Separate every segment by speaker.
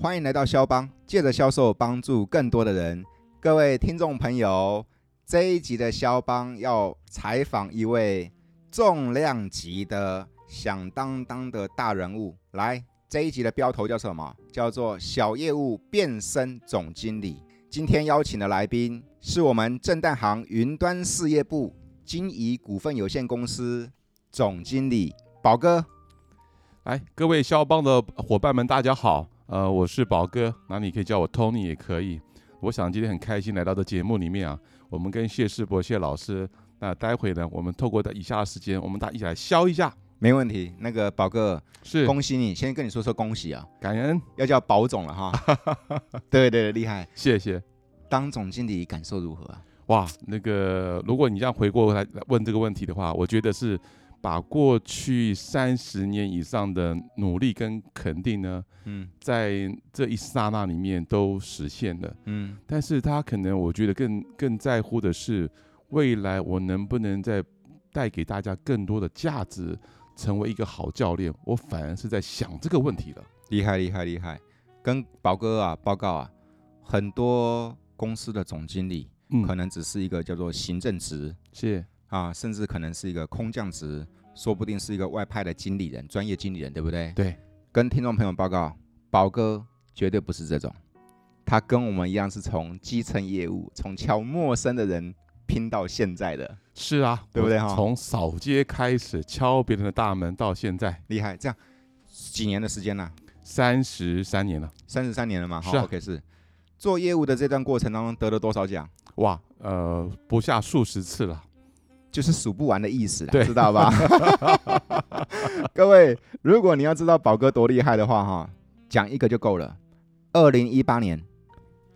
Speaker 1: 欢迎来到肖邦，借着销售帮助更多的人。各位听众朋友，这一集的肖邦要采访一位重量级的响当当的大人物。来，这一集的标头叫什么？叫做“小业务变身总经理”。今天邀请的来宾是我们正旦行云端事业部金怡股份有限公司总经理宝哥。
Speaker 2: 来，各位肖邦的伙伴们，大家好，呃，我是宝哥，那你可以叫我 Tony 也可以。我想今天很开心来到这节目里面啊，我们跟谢世博谢老师，那待会呢，我们透过以下的时间，我们大家一起来消一下，
Speaker 1: 没问题，那个宝哥，
Speaker 2: 是
Speaker 1: 恭喜你，先跟你说说恭喜啊，
Speaker 2: 感恩，
Speaker 1: 要叫宝总了哈。 对对对，厉害！
Speaker 2: 谢谢。
Speaker 1: 当总经理感受如何啊？
Speaker 2: 哇，那个如果你这样回过来来问这个问题的话，我觉得是把过去三十年以上的努力跟肯定呢，
Speaker 1: 嗯
Speaker 2: 在这一刹那里面都实现了。
Speaker 1: 嗯
Speaker 2: 但是他可能我觉得更更在乎的是，未来我能不能再带给大家更多的价值，成为一个好教练。我反而是在想这个问题了。
Speaker 1: 厉害厉害厉害！跟宝哥啊报告啊，很多公司的总经理
Speaker 2: 嗯
Speaker 1: 可能只是一个叫做行政职
Speaker 2: 是
Speaker 1: 啊，甚至可能是一个空降职，啊说不定是一个外派的经理人、专业经理人，对不对？
Speaker 2: 对，
Speaker 1: 跟听众朋友报告，宝哥绝对不是这种，他跟我们一样是从基层业务，从敲陌生的人拼到现在的，
Speaker 2: 是啊，
Speaker 1: 对不对
Speaker 2: 我
Speaker 1: 哈
Speaker 2: 从扫街开始敲别人的大门，到现在
Speaker 1: 厉害！这样几年的时间呢、
Speaker 2: 三十三年了，
Speaker 1: 三十三年了嘛，哈
Speaker 2: 是啊
Speaker 1: o k 是。做业务的这段过程当中得了多少奖，
Speaker 2: 哇，呃，不下数十次了。
Speaker 1: 就是数不完的意思啦，
Speaker 2: 对
Speaker 1: 知道吧？ 各位，如果你要知道宝哥多厉害的话，哈，讲一个就够了。二零一八年，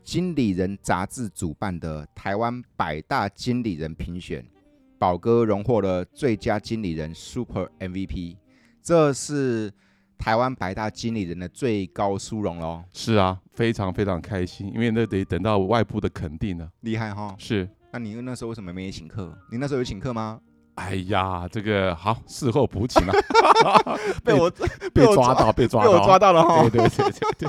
Speaker 1: 经理人杂志主办的台湾百大经理人评选，宝哥荣获了最佳经理人 Super MVP，这是台湾百大经理人的最高殊荣喽，
Speaker 2: 是啊，非常非常开心，因为那得等到外部的肯定了。
Speaker 1: 厉害哈！
Speaker 2: 是，
Speaker 1: 那你那时候为什么没请客？你那时候有请客吗？
Speaker 2: 哎呀，这个好，事后补请啊，被
Speaker 1: 我
Speaker 2: 被
Speaker 1: 我
Speaker 2: 抓
Speaker 1: 抓
Speaker 2: 到，被抓
Speaker 1: 被
Speaker 2: 到，
Speaker 1: 我抓到了哈！
Speaker 2: 对对对对对，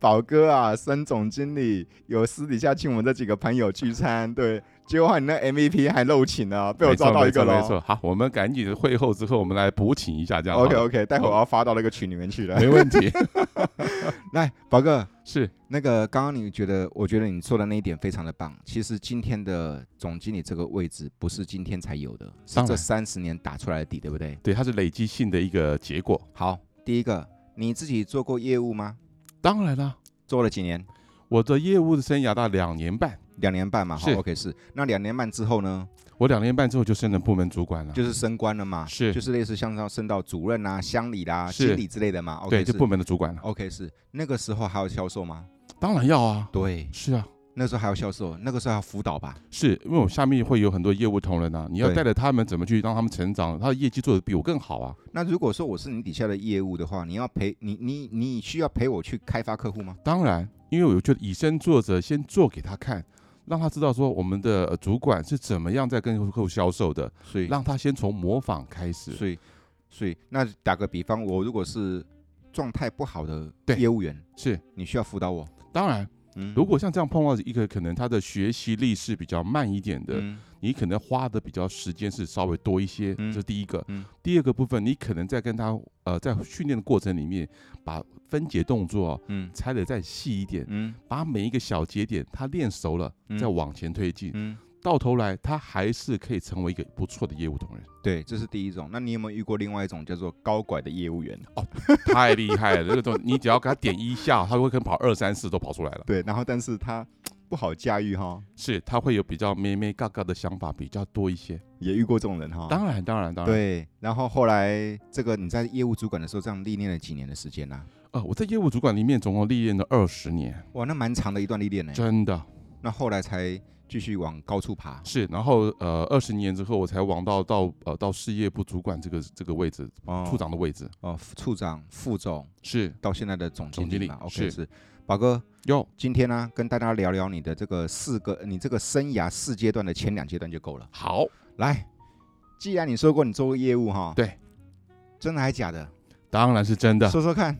Speaker 1: 宝哥啊，孙总经理有私底下请我们这几个朋友聚餐，对，结果你那 MVP 还漏请了，被我抓到一个
Speaker 2: 没错
Speaker 1: 了
Speaker 2: 没。错。好，我们赶紧会后之后，我们来补请一下，这样
Speaker 1: OK OK，待会儿我要发到那个群里面去了。
Speaker 2: 没问题。
Speaker 1: 来，宝哥，
Speaker 2: 是
Speaker 1: 那个刚刚你觉得，我觉得你做的那一点非常的棒。其实今天的总经理这个位置不是今天才有的，是
Speaker 2: 当
Speaker 1: 这
Speaker 2: 然
Speaker 1: 三十年打出来的底，对不对？
Speaker 2: 对，它是累积性的一个结果。
Speaker 1: 好，第一个，你自己做过业务吗？
Speaker 2: 当然啦，
Speaker 1: 做了几年？
Speaker 2: 我的业务的生涯大概两年半，
Speaker 1: 两年半嘛，好
Speaker 2: 是
Speaker 1: ，OK 是。那两年半之后呢？
Speaker 2: 我两年半之后就升了部门主管了，
Speaker 1: 就是升官了嘛，
Speaker 2: 啊是
Speaker 1: 就是类似像到升到主任啊、乡里啦、
Speaker 2: 是
Speaker 1: 经理之类的嘛。OK,
Speaker 2: 对，
Speaker 1: 是
Speaker 2: 就部门的主管了。
Speaker 1: OK 是那个时候还有销售吗？
Speaker 2: 当然要啊，
Speaker 1: 对，
Speaker 2: 是啊，
Speaker 1: 那时候还有销售，那个时候还有辅导吧？
Speaker 2: 是因为我下面会有很多业务同仁啊，你要
Speaker 1: 对
Speaker 2: 带着他们怎么去让他们成长，他的业绩做得比我更好啊。
Speaker 1: 那如果说我是你底下的业务的话，你要陪你你你需要陪我去开发客户吗？
Speaker 2: 当然，因为我觉得以身作则，先做给他看，让他知道说我们的呃主管是怎么样在跟客户销售的，
Speaker 1: 所以
Speaker 2: 让他先从模仿开始。
Speaker 1: 所以所以那打个比方，我如果是状态不好的
Speaker 2: 对
Speaker 1: 业务员，
Speaker 2: 是，
Speaker 1: 你需要辅导我。
Speaker 2: 当然，
Speaker 1: 嗯，
Speaker 2: 如果像这样碰到一个可能他的学习力是比较慢一点的，
Speaker 1: 嗯
Speaker 2: 你可能花的比较时间是稍微多一些，
Speaker 1: 嗯
Speaker 2: 这是第一个。
Speaker 1: 嗯
Speaker 2: 第二个部分，你可能在跟他呃在训练的过程里面，把分解动作啊
Speaker 1: 嗯
Speaker 2: 拆得再细一点，
Speaker 1: 嗯
Speaker 2: 把每一个小节点他练熟了，
Speaker 1: 嗯
Speaker 2: 再往前推进。
Speaker 1: 嗯，
Speaker 2: 到头来，他还是可以成为一个不错的业务同仁，
Speaker 1: 对，这是第一种。那你有没有遇过另外一种叫做高拐的业务员？
Speaker 2: 太厉害了！这种你只要给他点一下，他会可能跑二三四都跑出来了。
Speaker 1: 对，然后但是他不好驾驭哈，
Speaker 2: 是，他会有比较咩咩嘎嘎的想法比较多一些。
Speaker 1: 也遇过这种人哈。
Speaker 2: 当然，当然，当然。，
Speaker 1: 哦对，然后后来这个你在业务主管的时候，这样历练了几年的时间啦、啊
Speaker 2: 呃，我在业务主管里面总共历练了二十年，
Speaker 1: 哇，那蛮长的一段历练呢。
Speaker 2: 真的
Speaker 1: 那后来才继续往高处爬。
Speaker 2: 是。然后呃，二十年之后我才往到到呃到事业部主管这个这个位置，
Speaker 1: 哦
Speaker 2: 处长的位置。
Speaker 1: 哦，处长、副总
Speaker 2: 是
Speaker 1: 到现在的总
Speaker 2: 总
Speaker 1: 经
Speaker 2: 经
Speaker 1: 理
Speaker 2: 理
Speaker 1: 嘛。OK，
Speaker 2: 是
Speaker 1: 是宝哥，
Speaker 2: 哟，
Speaker 1: 今天呢、跟大家聊聊你的这个四个，你这个生涯四阶段的前两阶段就够了。
Speaker 2: 好，
Speaker 1: 来，既然你说过你做过业务哈，
Speaker 2: 对，啊
Speaker 1: 真的还假的？
Speaker 2: 当然是真的。
Speaker 1: 说说看，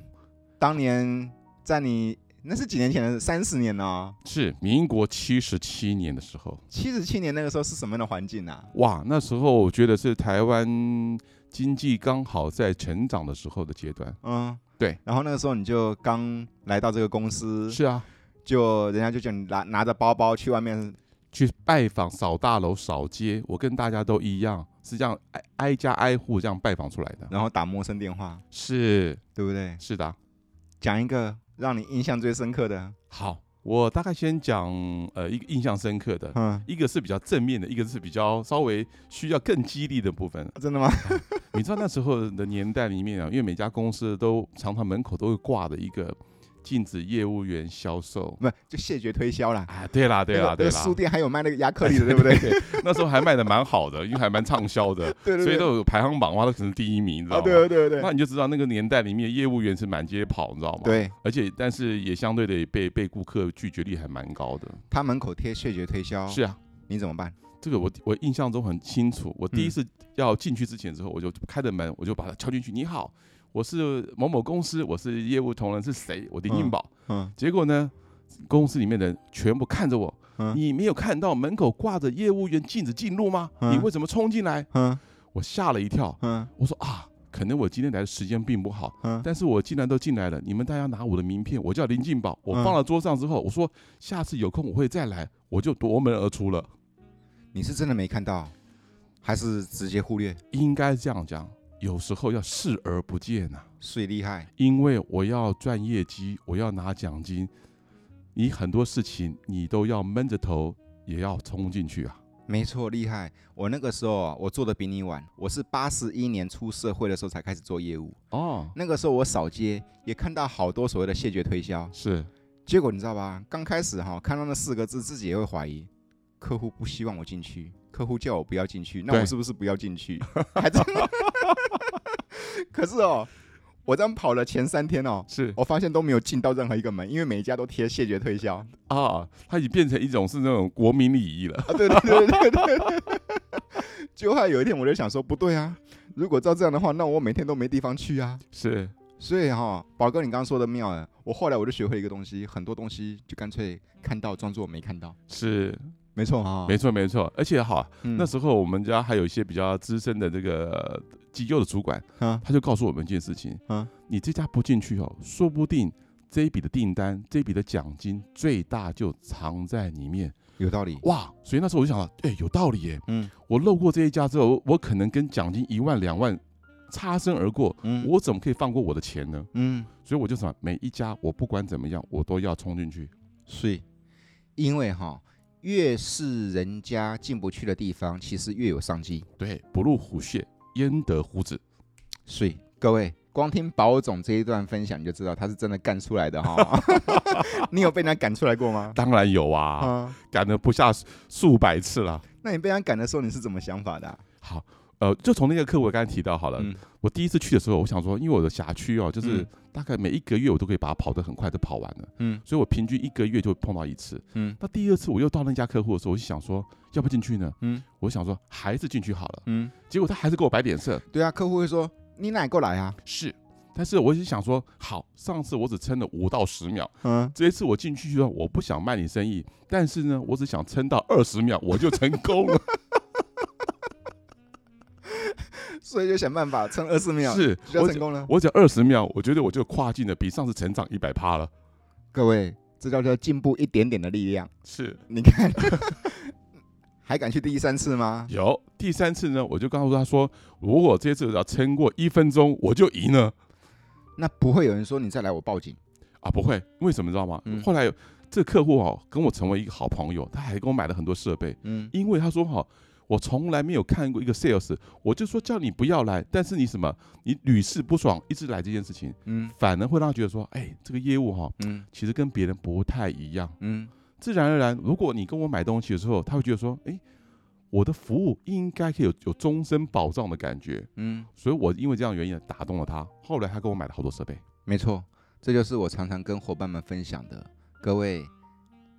Speaker 1: 当年在你那是几年前的三十年哦，
Speaker 2: 是民国七十七年的时候，
Speaker 1: 七十七年那个时候是什么样的环境啊？
Speaker 2: 哇，那时候我觉得是台湾经济刚好在成长的时候的阶段。
Speaker 1: 嗯，
Speaker 2: 对。
Speaker 1: 然后那个时候你就刚来到这个公司，
Speaker 2: 是啊，
Speaker 1: 就人家就叫你拿拿着包包去外面，
Speaker 2: 去拜访、扫大楼、扫街，我跟大家都一样，是这样挨挨家挨户这样拜访出来的。
Speaker 1: 然后打陌生电话，
Speaker 2: 是
Speaker 1: 对不对？
Speaker 2: 是的啊，
Speaker 1: 讲一个让你印象最深刻的，
Speaker 2: 好，我大概先讲呃一个印象深刻的，
Speaker 1: 嗯，
Speaker 2: 一个是比较正面的，一个是比较稍微需要更激励的部分。
Speaker 1: 真的吗？
Speaker 2: 你知道那时候的年代里面啊，因为每家公司都常常门口都会挂的一个禁止业务员销售。
Speaker 1: 不，就谢绝推销啦。
Speaker 2: 啊，对啦，对
Speaker 1: 那
Speaker 2: 啦，
Speaker 1: 个
Speaker 2: 对
Speaker 1: 那个
Speaker 2: 啦
Speaker 1: 书，店还有卖那个亚克力的，对不对？
Speaker 2: 那时候还卖的蛮好的，因为还蛮畅销的，
Speaker 1: 对 对
Speaker 2: 所以
Speaker 1: 对。
Speaker 2: 都有排行榜的话，它可能第一名，你知道
Speaker 1: 啊，
Speaker 2: 吗？
Speaker 1: 对对对
Speaker 2: 那
Speaker 1: 对。
Speaker 2: 你就知道那个年代里面业务员是满街跑，你知道吗？。
Speaker 1: 对
Speaker 2: 而且，但是也相对的也被被顾客拒绝率还蛮高的。
Speaker 1: 他门口贴谢绝推销，
Speaker 2: 是啊，
Speaker 1: 你怎么办？
Speaker 2: 这个我我印象中很清楚。我第一
Speaker 1: 嗯
Speaker 2: 次要进去之前之后，我就开着门，我就把他敲进去。你好，我是某某公司，我是业务同仁，是谁？我林
Speaker 1: 嗯
Speaker 2: 英宝。
Speaker 1: 嗯
Speaker 2: 结果呢，公司里面的人全部看着我，
Speaker 1: 嗯
Speaker 2: 你没有看到门口挂着业务员禁止进入吗？你
Speaker 1: 嗯
Speaker 2: 为什么冲进来？
Speaker 1: 嗯
Speaker 2: 我吓了一跳，
Speaker 1: 嗯
Speaker 2: 我说啊，可能我今天来的时间并不好，
Speaker 1: 嗯
Speaker 2: 但是我既然都进来了，你们大家拿我的名片，我叫林进宝，我
Speaker 1: 嗯
Speaker 2: 放了桌上之后，我说下次有空我会再来，我就夺门而出了。
Speaker 1: 你是真的没看到，还是直接忽略？
Speaker 2: 应该这样讲，有时候要视而不见呐、
Speaker 1: 最厉害，
Speaker 2: 因为我要赚业绩，我要拿奖金，你很多事情你都要闷着头，也要冲进去啊。
Speaker 1: 没错，厉害。我那个时候啊，我做的比你晚，我是八十一年出社会的时候才开始做业务。
Speaker 2: 哦，
Speaker 1: 那个时候我扫街，也看到好多所谓的谢绝推销。
Speaker 2: 是
Speaker 1: 结果你知道吧？刚开始哈、看到那四个字，自己也会怀疑，客户不希望我进去，客户叫我不要进去，那
Speaker 2: 对
Speaker 1: 我是不是不要进去？还真的。 可是哦，我这样跑了前三天哦，
Speaker 2: 是
Speaker 1: 我发现都没有进到任何一个门，因为每一家都贴谢绝推销啊！
Speaker 2: 啊，它已经变成一种是那种国民礼仪了。
Speaker 1: 对对对对对对。就后来有一天，我就想说，不对啊，如果照这样的话，那我每天都没地方去啊。
Speaker 2: 是
Speaker 1: 所以哈、宝哥，你刚刚说的妙啊！我后来我就学会一个东西，很多东西就干脆看到装作没看到。
Speaker 2: 是，
Speaker 1: 没错啊，
Speaker 2: 没错没错，而且哈，
Speaker 1: 嗯
Speaker 2: 那时候我们家还有一些比较资深的这个呃机构的主管，
Speaker 1: 啊
Speaker 2: 他就告诉我们一件事情：
Speaker 1: 啊，
Speaker 2: 你这家不进去哦，说不定这一笔的订单、这一笔的奖金最大就藏在里面。
Speaker 1: 有道理。
Speaker 2: 哇！所以那时候我就想了，哎，有道理耶。
Speaker 1: 嗯
Speaker 2: 我漏过这一家之后，我可能跟奖金一万、两万擦身而过，
Speaker 1: 嗯
Speaker 2: 我怎么可以放过我的钱呢？
Speaker 1: 嗯，
Speaker 2: 所以我就想，每一家我不管怎么样，我都要冲进去。
Speaker 1: 所以因为哈、越是人家进不去的地方，其实越有商机。
Speaker 2: 对，不入虎穴，焉得虎子。
Speaker 1: 所以各位光听宝总这一段分享，你就知道他是真的干出来的 哈、你有被人家赶出来过吗？
Speaker 2: 当然有啊。
Speaker 1: 啊，
Speaker 2: 赶了不下数数百次了。
Speaker 1: 那你被人家赶的时候，你是怎么想法的啊、
Speaker 2: 好，呃，就从那个客户我刚才提到好了，
Speaker 1: 嗯
Speaker 2: 我第一次去的时候，我想说，因为我的辖区哦，就是
Speaker 1: 嗯
Speaker 2: 大概每一个月我都可以把它跑得很快的跑完了，
Speaker 1: 嗯
Speaker 2: 所以我平均一个月就碰到一次。
Speaker 1: 嗯
Speaker 2: 那第二次我又到那家客户的时候，我就想说，要不进去呢？
Speaker 1: 嗯
Speaker 2: 我想说还是进去好了，
Speaker 1: 嗯，
Speaker 2: 结果他还是给我摆脸色，
Speaker 1: 对啊，客户会说你哪过来啊？
Speaker 2: 是。但是我就想说，好，上次我只撑了五到十秒，
Speaker 1: 嗯，
Speaker 2: 这一次我进去之后，我不想卖你生意，但是呢，我只想撑到二十秒，我就成功了。
Speaker 1: 所以就想办法撑二十秒，
Speaker 2: 是，
Speaker 1: 就
Speaker 2: 我
Speaker 1: 成功了。
Speaker 2: 我只要二十秒，我觉得我就跨进了比上次成长一百趴了。
Speaker 1: 各位，这叫做进步一点点的力量。
Speaker 2: 是
Speaker 1: 你看，还敢去第三次吗？
Speaker 2: 有第三次呢，我就告诉他说，如果这次只要撑过一分钟，我就赢了
Speaker 1: 那不会有人说你再来我报警。
Speaker 2: 啊！不会，为什么你知道吗？
Speaker 1: 嗯
Speaker 2: 后来这客户哦跟我成为一个好朋友，他还给我买了很多设备，
Speaker 1: 嗯，
Speaker 2: 因为他说哈、我从来没有看过一个 sales，我就说叫你不要来，但是你什么，你屡试不爽，一直来这件事情，
Speaker 1: 嗯
Speaker 2: 反而会让他觉得说，哎，这个业务哈、
Speaker 1: 嗯
Speaker 2: 其实跟别人不太一样。
Speaker 1: 嗯，
Speaker 2: 自然而然，如果你跟我买东西的时候，他会觉得说，诶，我的服务应该可以有有终身保障的感觉，
Speaker 1: 嗯，
Speaker 2: 所以我因为这样的原因打动了他。后来他给我买了好多设备，
Speaker 1: 没错，这就是我常常跟伙伴们分享的。各位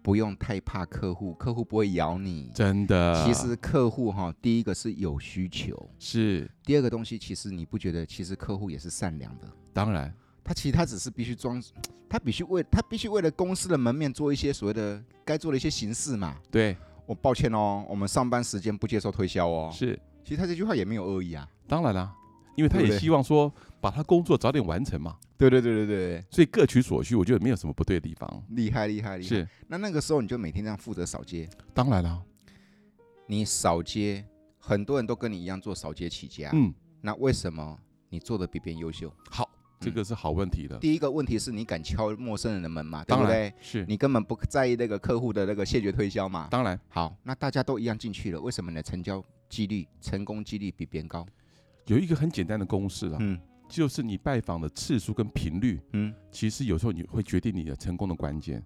Speaker 1: 不用太怕客户，客户不会咬你。
Speaker 2: 真的，
Speaker 1: 其实客户哈，第一个是有需求，
Speaker 2: 是
Speaker 1: 第二个东西其实你不觉得，其实客户也是善良的。
Speaker 2: 当然
Speaker 1: 他其实他只是必须装，他必须为他必须为了公司的门面做一些所谓的该做的一些形式嘛。
Speaker 2: 对，
Speaker 1: 我抱歉哦，我们上班时间不接受推销哦。
Speaker 2: 是
Speaker 1: 其实他这句话也没有恶意啊。
Speaker 2: 当然啦、因为他
Speaker 1: 对不
Speaker 2: 也
Speaker 1: 对
Speaker 2: 希望说把他工作早点完成嘛，
Speaker 1: 对对对对对，
Speaker 2: 所以各取所需，我觉得没有什么不对的地方。
Speaker 1: 厉害厉害厉害。
Speaker 2: 是，
Speaker 1: 那那个时候你就每天这样负责扫街，
Speaker 2: 当然啦、
Speaker 1: 啊你扫街，很多人都跟你一样做扫街起家，
Speaker 2: 嗯，
Speaker 1: 那为什么你做的比别人优秀？
Speaker 2: 好，这个是好问题的，
Speaker 1: 第一个问题是你敢敲陌生人的门嘛，对
Speaker 2: 当
Speaker 1: 不
Speaker 2: 然
Speaker 1: 对？
Speaker 2: 是，
Speaker 1: 你根本不在意那个客户的那个谢绝推销嘛。
Speaker 2: 当然
Speaker 1: 好，那大家都一样进去了，为什么你的成交几率、成功几率比别人高？
Speaker 2: 有一个很简单的公式啊，
Speaker 1: 嗯
Speaker 2: 就是你拜访的次数跟频率，
Speaker 1: 嗯，
Speaker 2: 其实有时候你会决定你的成功的关键。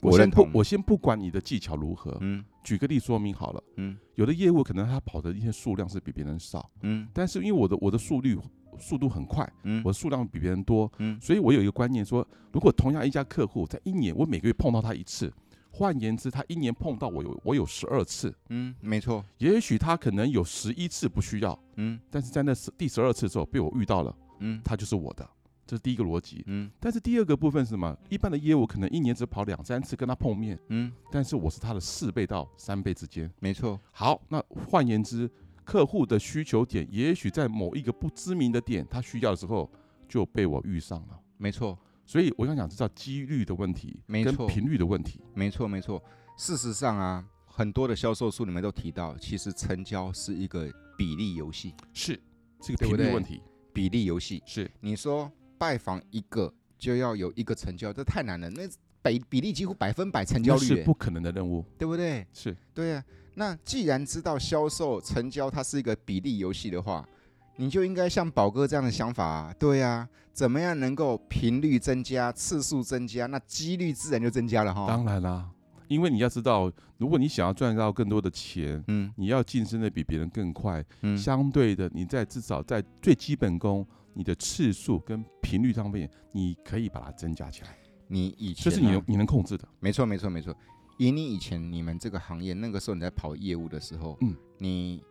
Speaker 1: 我
Speaker 2: 先
Speaker 1: 认
Speaker 2: 不
Speaker 1: 同，
Speaker 2: 我先不管你的技巧如何，
Speaker 1: 嗯
Speaker 2: 举个例说明好了，
Speaker 1: 嗯
Speaker 2: 有的业务可能他跑的一些数量是比别人少，
Speaker 1: 嗯
Speaker 2: 但是因为我的我的速率速度很快，
Speaker 1: 嗯，
Speaker 2: 我的数量比别人多，
Speaker 1: 嗯
Speaker 2: 所以我有一个观念说，如果同样一家客户在一年我每个月碰到他一次，换言之，他一年碰到我有我有十二次，
Speaker 1: 嗯，没错，
Speaker 2: 也许他可能有十一次不需要，
Speaker 1: 嗯
Speaker 2: 但是在那十第十二次之后被我遇到了，
Speaker 1: 嗯
Speaker 2: 他就是我的，这是第一个逻辑。
Speaker 1: 嗯
Speaker 2: 但是第二个部分是什么？一般的业务可能一年只跑两三次跟他碰面，
Speaker 1: 嗯，
Speaker 2: 但是我是他的四倍到三倍之间。
Speaker 1: 没错，
Speaker 2: 好，那换言之，客户的需求点也许在某一个不知名的点，他需要的时候就被我遇上了。
Speaker 1: 没错，
Speaker 2: 所以我想讲，这叫几率的问题，
Speaker 1: 没
Speaker 2: 跟
Speaker 1: 错
Speaker 2: 频率的问题。
Speaker 1: 没错，没错。事实上啊，很多的销售书里面都提到，其实成交是一个比例游戏，
Speaker 2: 是这个
Speaker 1: 对
Speaker 2: 频
Speaker 1: 不
Speaker 2: 率
Speaker 1: 对
Speaker 2: 问题，
Speaker 1: 比例游戏。
Speaker 2: 是
Speaker 1: 你说拜访一个就要有一个成交，这太难了，那比比例几乎百分百成交
Speaker 2: 那
Speaker 1: 率
Speaker 2: 是
Speaker 1: 耶，
Speaker 2: 不可能的任务。
Speaker 1: 对不对？
Speaker 2: 是
Speaker 1: 对啊，那既然知道销售成交它是一个比例游戏的话，你就应该像宝哥这样的想法啊。对啊，怎么样能够频率增加、次数增加，那几率自然就增加了哈。
Speaker 2: 哦当然啦，因为你要知道，如果你想要赚到更多的钱，
Speaker 1: 嗯
Speaker 2: 你要晋升的比别人更快，
Speaker 1: 嗯
Speaker 2: 相对的，你在至少在最基本功、你的次数跟频率上面，你可以把它增加起来，
Speaker 1: 你以
Speaker 2: 这
Speaker 1: 前、啊、
Speaker 2: 是你能你能控制的。
Speaker 1: 没错没错没错。以你以前你们这个行业，那个时候你在跑业务的时候，
Speaker 2: 嗯，
Speaker 1: 你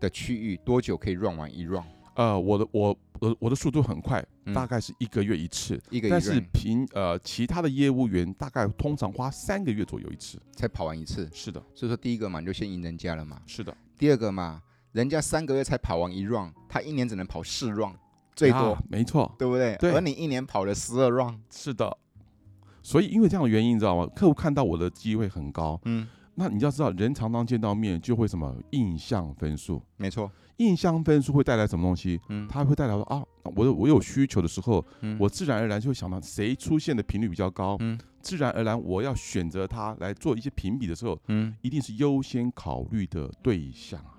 Speaker 1: 的区域多久可以 run 完一 run？
Speaker 2: 呃，我的我我我的速度很快，
Speaker 1: 嗯
Speaker 2: 大概是一个月一次，
Speaker 1: 一个一
Speaker 2: 但是
Speaker 1: run
Speaker 2: 平呃其他的业务员大概通常花三个月左右一次。
Speaker 1: 才跑完一次，
Speaker 2: 是的，
Speaker 1: 所以说第一个嘛，你就先赢人家了嘛。
Speaker 2: 是的，
Speaker 1: 第二个嘛，人家三个月才跑完一 round，他一年只能跑四 round，最多，
Speaker 2: 啊没错，
Speaker 1: 对不对？
Speaker 2: 对
Speaker 1: 而你一年跑了十二 round，
Speaker 2: 是的。所以因为这样的原因，你知道吗？客户看到我的机会很高，
Speaker 1: 嗯，
Speaker 2: 那你要知道，人常常见到面就会什么印象分数，
Speaker 1: 没错，
Speaker 2: 印象分数会带来什么东西？
Speaker 1: 嗯，
Speaker 2: 它会带来说啊，我有我有需求的时候，
Speaker 1: 嗯
Speaker 2: 我自然而然就会想到谁出现的频率比较高，
Speaker 1: 嗯
Speaker 2: 自然而然我要选择它来做一些评比的时候，
Speaker 1: 嗯
Speaker 2: 一定是优先考虑的对象啊。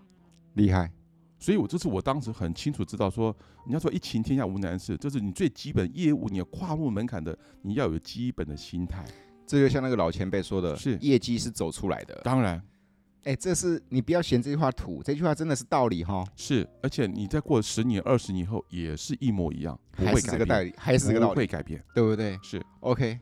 Speaker 1: 厉害，
Speaker 2: 所以我这是我当时很清楚知道说，你要说一勤天下无难事，这是你最基本业务，你要跨入门槛的，你要有基本的心态。
Speaker 1: 这就像那个老前辈说的，
Speaker 2: 是
Speaker 1: 业绩是走出来的。
Speaker 2: 当然
Speaker 1: 哎，这是你不要嫌这句话土，这句话真的是道理哈，
Speaker 2: 是，而且你再过十年、二十年后也是一模一样，不
Speaker 1: 还
Speaker 2: 会
Speaker 1: 是这
Speaker 2: 改
Speaker 1: 个道
Speaker 2: 变，
Speaker 1: 理，还是这个道
Speaker 2: 不
Speaker 1: 理，
Speaker 2: 会改变。
Speaker 1: 对不对
Speaker 2: 是，
Speaker 1: ？OK，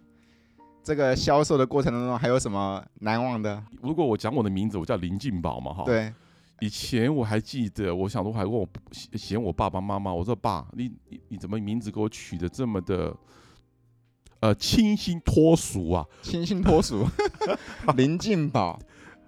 Speaker 1: 这个销售的过程当中还有什么难忘的？
Speaker 2: 如果我讲我的名字，我叫林进宝嘛，哈，
Speaker 1: 对，
Speaker 2: 以前我还记得，我想说还问我嫌嫌我爸爸妈妈，我说爸，你你你怎么名字给我取的这么的，呃，清新脱俗啊？
Speaker 1: 清新脱俗， 林进宝，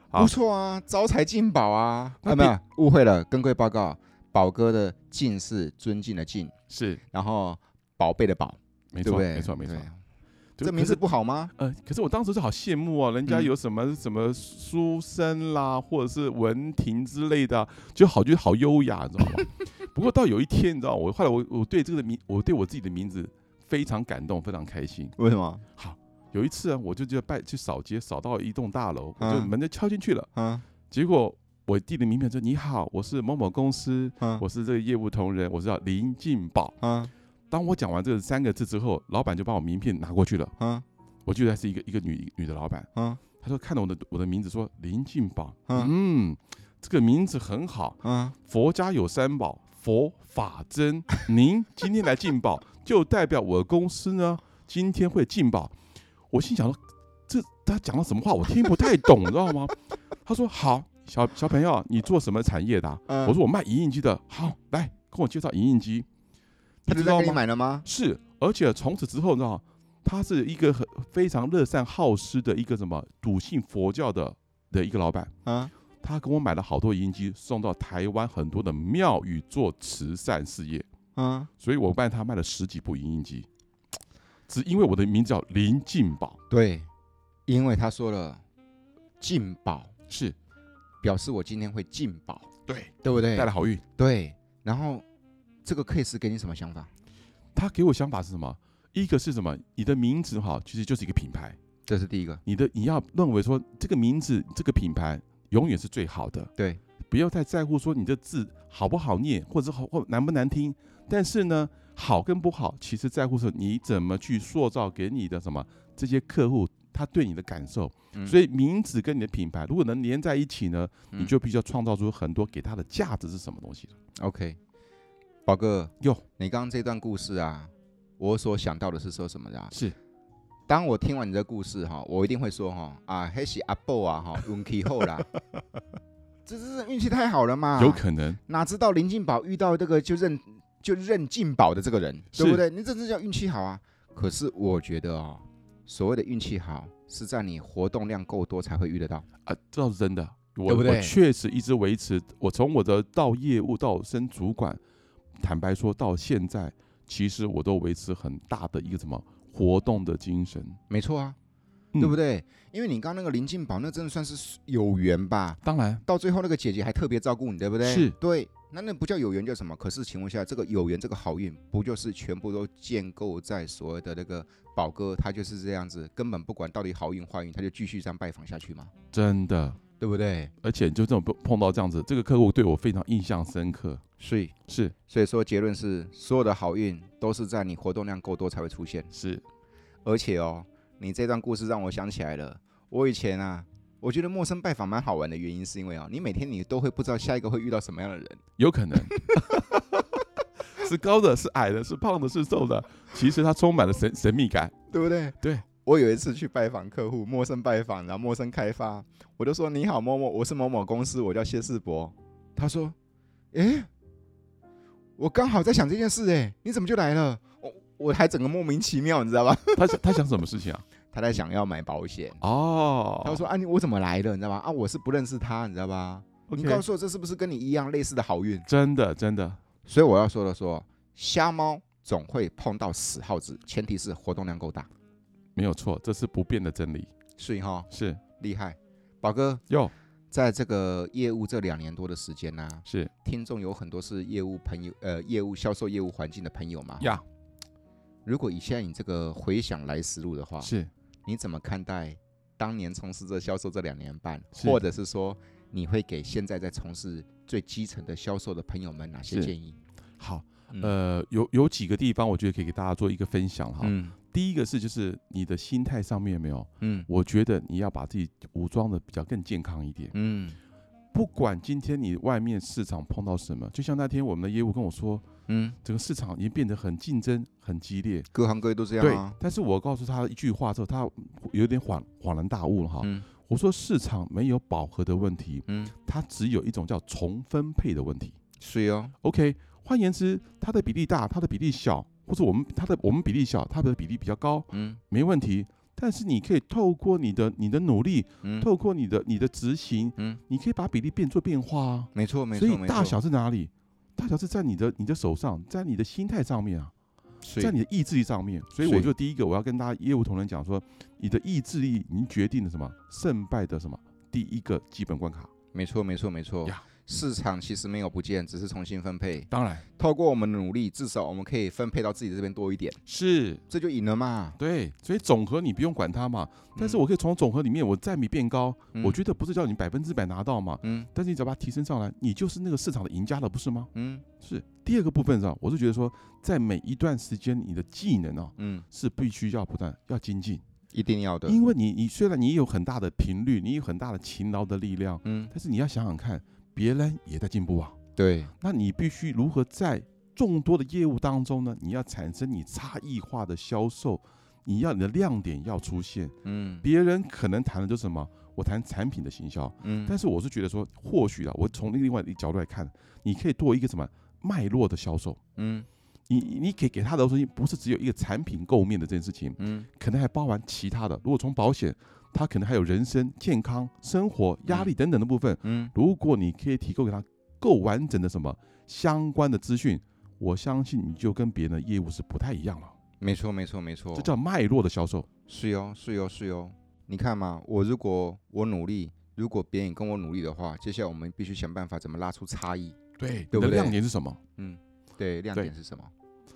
Speaker 2: 好
Speaker 1: 不错啊，招财进宝啊。
Speaker 2: 那
Speaker 1: 啊，没
Speaker 2: 第
Speaker 1: 有误会了，跟各位报告，宝哥的敬是尊敬的敬，
Speaker 2: 是，
Speaker 1: 然后宝贝的宝，
Speaker 2: 没
Speaker 1: 对
Speaker 2: 错，
Speaker 1: 不对？
Speaker 2: 没错，没错
Speaker 1: 对。
Speaker 2: 对
Speaker 1: 这名字
Speaker 2: 可是
Speaker 1: 不好吗？
Speaker 2: 呃，可是我当时就好羡慕啊，人家
Speaker 1: 嗯
Speaker 2: 有什么、什么书生啦，或者是文婷之类的啊，就好觉得好优雅，你知道吗？ 不过到有一天，你知道，我后来我我对这个名，我对我自己的名字非常感动，非常开心。
Speaker 1: 为什么？
Speaker 2: 好，有一次啊，我就就拜去扫街，扫到一栋大楼，我就
Speaker 1: 嗯
Speaker 2: 门就敲进去了。
Speaker 1: 嗯
Speaker 2: 结果我递的名片说：“你好，我是某某公司，
Speaker 1: 嗯
Speaker 2: 我是这个业务同仁，我是叫林进宝。
Speaker 1: 嗯”
Speaker 2: 当我讲完这三个字之后，老板就把我名片拿过去了。
Speaker 1: 嗯
Speaker 2: 我记得是一个一个女女的老板，
Speaker 1: 嗯
Speaker 2: 她说看到我的我的名字说林进宝，嗯
Speaker 1: 嗯
Speaker 2: 这个名字很好，
Speaker 1: 嗯，
Speaker 2: 佛家有三宝，佛法僧。您今天来进宝，就代表我公司呢今天会进宝。我心想说，这他讲了什么话，我听不太懂，你知道吗？他说好，小小朋友，你做什么产业的啊、
Speaker 1: 嗯
Speaker 2: 我说我卖影印机的，好，来跟我介绍影印机，
Speaker 1: 他
Speaker 2: 知
Speaker 1: 就在
Speaker 2: 道
Speaker 1: 给你
Speaker 2: 吗？
Speaker 1: 买了吗？
Speaker 2: 是而且从此之后，你知道，他是一个很非常乐善好施的一个什么笃信佛教的的一个老板。
Speaker 1: 啊，
Speaker 2: 他给我买了好多银机，送到台湾很多的庙宇做慈善事业，
Speaker 1: 嗯，
Speaker 2: 所以我帮他卖了十几部银印机，只因为我的名字叫林进宝，
Speaker 1: 对，因为他说了进宝，
Speaker 2: 是
Speaker 1: 表示我今天会进宝，
Speaker 2: 对，
Speaker 1: 对不对
Speaker 2: 带来好运。
Speaker 1: 对，然后这个 case 给你什么想法？
Speaker 2: 他给我想法是什么？一个是什么？你的名字哈，其实就是一个品牌，
Speaker 1: 这是第一个，
Speaker 2: 你的你要认为说这个名字、这个品牌永远是最好的，
Speaker 1: 对，
Speaker 2: 不要太在乎说你的字好不好念，或者是好或难不难听。但是呢，好跟不好，其实在乎是你怎么去塑造给你的什么这些客户他对你的感受。
Speaker 1: 嗯
Speaker 2: 所以名字跟你的品牌如果能连在一起呢，你
Speaker 1: 嗯
Speaker 2: 就必须要创造出很多给他的价值是什么东西了
Speaker 1: OK，宝哥
Speaker 2: 哟，
Speaker 1: 你刚刚这段故事啊，我所想到的是说什么的、啊？
Speaker 2: 是
Speaker 1: 当我听完你的故事哈，我一定会说哈啊，黑喜阿布啊哈，运气后啦， 这这是运气太好了嘛？
Speaker 2: 有可能。
Speaker 1: 哪知道林进宝遇到这个就认就认进宝的这个人，
Speaker 2: 是
Speaker 1: 对不对？你这这叫运气好啊！可是我觉得哦，所谓的运气好，是在你活动量够多才会遇得到。
Speaker 2: 啊，这倒是真的。我
Speaker 1: 对不对
Speaker 2: 我确实一直维持，我从我的到业务到升主管，坦白说到现在，其实我都维持很大的一个什么活动的精神，
Speaker 1: 没错啊，
Speaker 2: 嗯
Speaker 1: 对不对？因为你刚刚那个林进宝，那真的算是有缘吧？
Speaker 2: 当然
Speaker 1: 到最后那个姐姐还特别照顾你，对不对？
Speaker 2: 是
Speaker 1: 对。那那不叫有缘叫什么？可是请问一下，这个有缘这个好运，不就是全部都建构在所谓的那个宝哥他就是这样子，根本不管到底好运坏运，他就继续这样拜访下去吗？
Speaker 2: 真的，
Speaker 1: 对不对？
Speaker 2: 而且就这种碰碰到这样子，这个客户对我非常印象深刻。
Speaker 1: 所以
Speaker 2: 是
Speaker 1: 所以说结论是，所有的好运都是在你活动量够多才会出现。
Speaker 2: 是，
Speaker 1: 而且哦，你这段故事让我想起来了，我以前啊，我觉得陌生拜访蛮好玩的原因是因为哦，你每天你都会不知道下一个会遇到什么样的人。
Speaker 2: 有可能 是高的，是矮的，是胖的，是瘦的，其实它充满了神神秘感。
Speaker 1: 对不对？
Speaker 2: 对，
Speaker 1: 我有一次去拜访客户，陌生拜访，然后陌生开发，我就说：“你好，某某，我是某某公司，我叫谢世博。”他说：“诶，我刚好在想这件事，诶，你怎么就来了？”我我还整个莫名其妙，你知道吧？
Speaker 2: 他想他想什么事情啊？
Speaker 1: 他在想要买保险，
Speaker 2: 哦，
Speaker 1: 他说：“啊，你我怎么来了？你知道吧？啊，我是不认识他，你知道吧？你告
Speaker 2: OK，
Speaker 1: 诉我这是不是跟你一样类似的好运？
Speaker 2: 真的真的
Speaker 1: 所以我要说的说，瞎猫总会碰到死耗子，前提是活动量够大。
Speaker 2: 没有错，这是不变的真理。
Speaker 1: 所以哈，
Speaker 2: 是
Speaker 1: 厉害，宝哥，
Speaker 2: 哟，
Speaker 1: 在这个业务这两年多的时间呢、
Speaker 2: 是
Speaker 1: 听众有很多是业务朋友，呃，业务销售业务环境的朋友嘛。
Speaker 2: 呀，
Speaker 1: 如果以现在你这个回想来思路的话，
Speaker 2: 是
Speaker 1: 你怎么看待当年从事这销售这两年半，
Speaker 2: 是
Speaker 1: 或者是说你会给现在在从事最基层的销售的朋友们哪些
Speaker 2: 是
Speaker 1: 建议？
Speaker 2: 好。
Speaker 1: 嗯
Speaker 2: 呃，有有几个地方，我觉得可以给大家做一个分享哈。
Speaker 1: 嗯
Speaker 2: 第一个是就是你的心态上面有没有，
Speaker 1: 嗯
Speaker 2: 我觉得你要把自己武装的比较更健康一点。
Speaker 1: 嗯
Speaker 2: 不管今天你外面市场碰到什么，就像那天我们的业务跟我说，
Speaker 1: 嗯，
Speaker 2: 整个市场已经变得很竞争、很激烈。
Speaker 1: 各行各业都这样
Speaker 2: 对
Speaker 1: 啊，。
Speaker 2: 但是我告诉他一句话之后，他有点恍恍然大悟了哈。
Speaker 1: 嗯
Speaker 2: 我说市场没有饱和的问题，
Speaker 1: 嗯，
Speaker 2: 它只有一种叫重分配的问题。
Speaker 1: 是哦，
Speaker 2: OK，换言之，它的比例大，它的比例小，或者我们它的我们比例小，它的比例比较高，
Speaker 1: 嗯
Speaker 2: 没问题。但是你可以透过你的你的努力，
Speaker 1: 嗯
Speaker 2: 透过你的你的执行，
Speaker 1: 嗯，
Speaker 2: 你可以把比例变做变化啊。
Speaker 1: 没错没
Speaker 2: 所
Speaker 1: 错
Speaker 2: 以
Speaker 1: 没错，
Speaker 2: 大小是哪里？大小是在你的你的手上，在你的心态上面啊，
Speaker 1: 所以
Speaker 2: 在你的意志力上面。所以
Speaker 1: 是
Speaker 2: 我就第一个我要跟大家业务同仁讲说，你的意志力已经决定了什么胜败的什么第一个基本关卡。
Speaker 1: 没错没错没错
Speaker 2: 呀，
Speaker 1: 市场其实没有不见，只是重新分配。
Speaker 2: 当然
Speaker 1: 透过我们的努力，至少我们可以分配到自己这边多一点，
Speaker 2: 是
Speaker 1: 这就赢了嘛。
Speaker 2: 对，所以总和你不用管它嘛，但是
Speaker 1: 嗯
Speaker 2: 我可以从总和里面我占比变高，
Speaker 1: 嗯
Speaker 2: 我觉得不是叫你百分之百拿到嘛，
Speaker 1: 嗯
Speaker 2: 但是你只要把它提升上来，你就是那个市场的赢家了，不是吗？
Speaker 1: 嗯
Speaker 2: 是第二个部分上，我是觉得说，在每一段时间，你的技能啊
Speaker 1: 嗯，
Speaker 2: 是必须要不断要精进，嗯
Speaker 1: 一定要的。
Speaker 2: 因为你你虽然你有很大的频率，你有很大的勤劳的力量，
Speaker 1: 嗯，
Speaker 2: 但是你要想想看，别人也在进步啊，
Speaker 1: 对，
Speaker 2: 那你必须如何在众多的业务当中呢？你要产生你差异化的销售，你要你的亮点要出现。
Speaker 1: 嗯
Speaker 2: 别人可能谈的就是什么？我谈产品的行销，
Speaker 1: 嗯，
Speaker 2: 但是我是觉得说，或许啊，我从另外一个角度来看，你可以做一个什么脉络的销售。
Speaker 1: 嗯
Speaker 2: 你你可以给他的东西不是只有一个产品构面的这件事情，
Speaker 1: 嗯，
Speaker 2: 可能还包含其他的。如果从保险，它可能还有人身、健康、生活、压力等等的部分。
Speaker 1: 嗯，
Speaker 2: 如果你可以提供给他够完整的什么相关的资讯，我相信你就跟别人的业务是不太一样了。
Speaker 1: 没错，没错，没错，
Speaker 2: 这叫脉络的销售。
Speaker 1: 是哟，是哟，是哟。你看嘛，我如果我努力，如果别人也跟我努力的话，接下来我们必须想办法怎么拉出差异。
Speaker 2: 对，
Speaker 1: 对
Speaker 2: 你
Speaker 1: 不
Speaker 2: 的
Speaker 1: 对
Speaker 2: 亮点是什么？
Speaker 1: 嗯，对，亮
Speaker 2: 对
Speaker 1: 点是什么？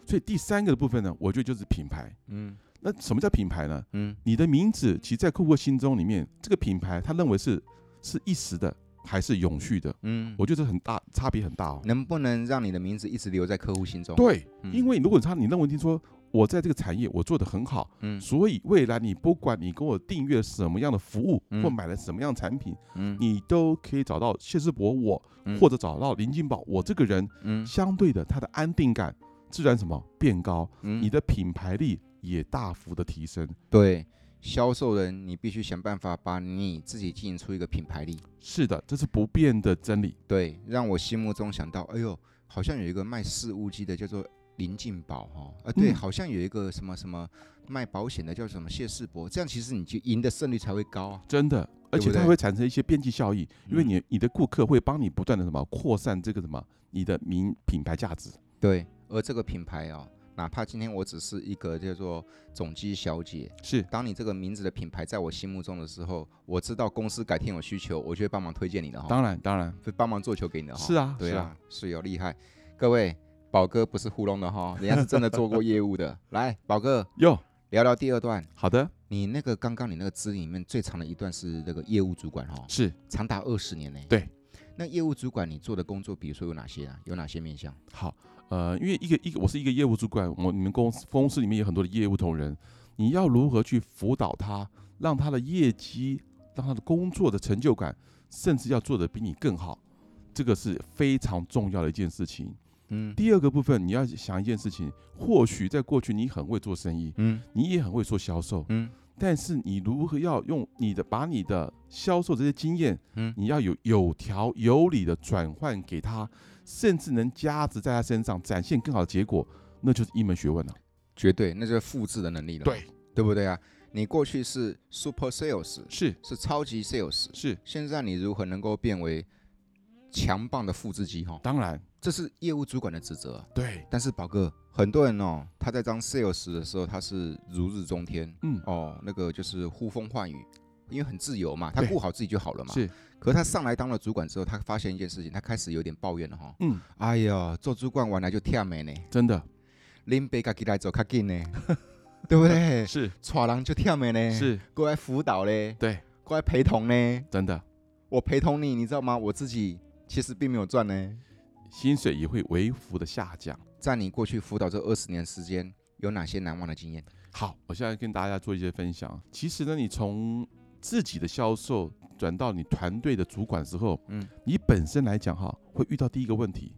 Speaker 2: 所以第三个的部分呢，我觉得就是品牌。
Speaker 1: 嗯
Speaker 2: 那什么叫品牌呢？
Speaker 1: 嗯
Speaker 2: 你的名字，其实在顾客心中里面，这个品牌他认为是是一时的还是永续的？
Speaker 1: 嗯，
Speaker 2: 我觉得这很大差别很大哦。
Speaker 1: 能不能让你的名字一直留在客户心中？，
Speaker 2: 对，
Speaker 1: 嗯
Speaker 2: 因为如果他你认为听说我在这个产业我做得很好，
Speaker 1: 嗯
Speaker 2: 所以未来你不管你跟我订阅什么样的服务
Speaker 1: 嗯
Speaker 2: 或买了什么样的产品，
Speaker 1: 嗯，
Speaker 2: 你都可以找到谢世博我，
Speaker 1: 嗯
Speaker 2: 或者找到林金宝我这个人，
Speaker 1: 嗯
Speaker 2: 相对的他的安定感自然什么变高，
Speaker 1: 嗯
Speaker 2: 你的品牌力也大幅的提升。
Speaker 1: 对销售人，你必须想办法把你自己经营出一个品牌力。
Speaker 2: 是的，这是不变的真理。
Speaker 1: 对，让我心目中想到，哎呦，好像有一个卖事务机的叫做林进宝哈、哦，啊对，
Speaker 2: 嗯
Speaker 1: 好像有一个什么什么卖保险的叫什么谢世博，这样其实你就赢的胜率才会高啊。
Speaker 2: 真的，而且
Speaker 1: 对不对
Speaker 2: 它会产生一些边际效益，因为
Speaker 1: 嗯
Speaker 2: 你你的顾客会帮你不断的什么扩散这个什么你的名品牌价值。
Speaker 1: 对，而这个品牌哦，哪怕今天我只是一个叫做总机小姐，
Speaker 2: 是
Speaker 1: 当你这个名字的品牌在我心目中的时候，我知道公司改天有需求，我就会帮忙推荐你的哈、
Speaker 2: 当然当然，
Speaker 1: 会帮忙做球给你的哈、
Speaker 2: 是啊
Speaker 1: 对
Speaker 2: 是
Speaker 1: 啊
Speaker 2: 啊，
Speaker 1: 是有厉害，各位。宝哥不是糊弄的哈，人家是真的做过业务的。 来，宝哥
Speaker 2: 哟，
Speaker 1: 聊聊第二段，
Speaker 2: 好的，
Speaker 1: 你那个刚刚你那个资历里面最长的一段是那个业务主管哈、哦，
Speaker 2: 是
Speaker 1: 长达二十年呢。
Speaker 2: 对，
Speaker 1: 那业务主管你做的工作，比如说有哪些啊？有哪些面向？
Speaker 2: 好，呃，因为一个一个我是一个业务主管，我你们公司公司里面有很多的业务同仁，你要如何去辅导他，让他的业绩，让他的工作的成就感，甚至要做得比你更好，这个是非常重要的一件事情。
Speaker 1: 嗯
Speaker 2: 第二个部分，你要想一件事情，或许在过去你很会做生意，
Speaker 1: 嗯
Speaker 2: 你也很会做销售，
Speaker 1: 嗯
Speaker 2: 但是你如何要用你的把你的销售这些经验，
Speaker 1: 嗯
Speaker 2: 你要有有条有理的转换给他，甚至能加值在他身上，展现更好的结果，那就是一门学问了。
Speaker 1: 绝对，那就是复制的能力了。，，对不对啊？你过去是 super sales，
Speaker 2: 是
Speaker 1: 是超级 sales，
Speaker 2: 是，
Speaker 1: 现在你如何能够变为强棒的复制机哈、哦？
Speaker 2: 当然
Speaker 1: 这是业务主管的职责啊。
Speaker 2: 对，
Speaker 1: 但是宝哥，很多人哦，他在当 sales 的时候，他是如日中天，
Speaker 2: 嗯，
Speaker 1: 哦，那个就是呼风唤雨，因为很自由嘛，他
Speaker 2: 对
Speaker 1: 顾好自己就好了嘛。
Speaker 2: 是，
Speaker 1: 可是他上来当了主管之后，他发现一件事情，他开始有点抱怨 了哈。
Speaker 2: 嗯，
Speaker 1: 哎呦，做主管原来就忝的呢，
Speaker 2: 真的
Speaker 1: 拎杯咖起来走较紧呢， 对不对？
Speaker 2: 是
Speaker 1: 带人就忝的呢，
Speaker 2: 是，
Speaker 1: 过来辅导嘞，
Speaker 2: 对，
Speaker 1: 过来陪同呢。
Speaker 2: 真的，
Speaker 1: 我陪同你，你知道吗？我自己其实并没有赚呢。
Speaker 2: 薪水也会微幅的下降。
Speaker 1: 在你过去辅导这二十年时间，有哪些难忘的经验？
Speaker 2: 好，我现在跟大家做一些分享。其实呢，你从自己的销售转到你团队的主管之后，
Speaker 1: 嗯
Speaker 2: 嗯，你本身来讲哈，会遇到第一个问题，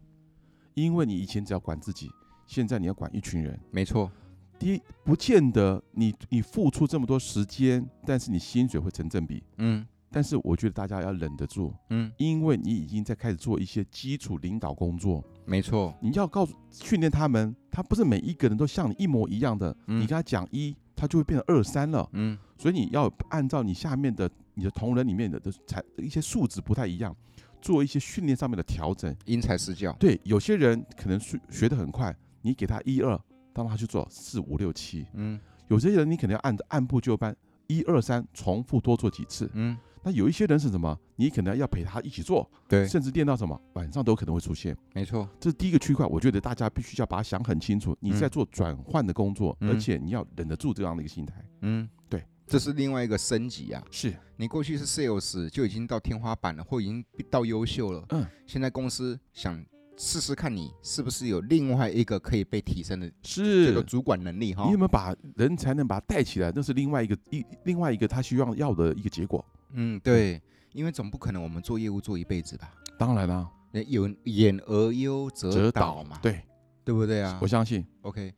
Speaker 2: 因为你以前只要管自己，现在你要管一群人。
Speaker 1: 没错，
Speaker 2: 第一，不见得你你付出这么多时间，但是你薪水会成正比。
Speaker 1: 嗯
Speaker 2: 但是我觉得大家要忍得住，
Speaker 1: 嗯，
Speaker 2: 因为你已经在开始做一些基础领导工作。
Speaker 1: 没错，
Speaker 2: 你要告诉训练他们，他不是每一个人都像你一模一样的。
Speaker 1: 嗯
Speaker 2: 你跟他讲一，他就会变成二三了。
Speaker 1: 嗯
Speaker 2: 所以你要按照你下面的你的同仁里面的的才一些素质不太一样，做一些训练上面的调整。
Speaker 1: 因材施教，
Speaker 2: 对，有些人可能学学得很快，你给他一二，让他去做四五六七；
Speaker 1: 嗯
Speaker 2: 有些人你可能要按按部就班，一二三重复多做几次。
Speaker 1: 嗯，
Speaker 2: 那有一些人是什么？你可能要陪他一起做，
Speaker 1: 对，
Speaker 2: 甚至练到什么晚上都可能会出现。
Speaker 1: 没错，
Speaker 2: 这是第一个区块，我觉得大家必须要把它想很清楚。你在
Speaker 1: 嗯
Speaker 2: 做转换的工作，而
Speaker 1: 嗯
Speaker 2: 且你要忍得住这样的一个心态。
Speaker 1: 嗯，
Speaker 2: 对，
Speaker 1: 这是另外一个升级啊。
Speaker 2: 是
Speaker 1: 你过去是 sales 就已经到天花板了，或已经到优秀了。
Speaker 2: 嗯，
Speaker 1: 现在公司想试试看你是不是有另外一个可以被提升的
Speaker 2: 是
Speaker 1: 这个主管能力哈
Speaker 2: 你有。没有把人才能把它带起来？那是另外一个一另外一个他希望要的一个结果。
Speaker 1: 嗯，对，因为总不可能我们做业务做一辈子吧？
Speaker 2: 当然啦、
Speaker 1: 那有演而优则
Speaker 2: 折
Speaker 1: 导
Speaker 2: 倒
Speaker 1: 嘛，
Speaker 2: 对，
Speaker 1: 对不对啊
Speaker 2: 我相信
Speaker 1: ？OK，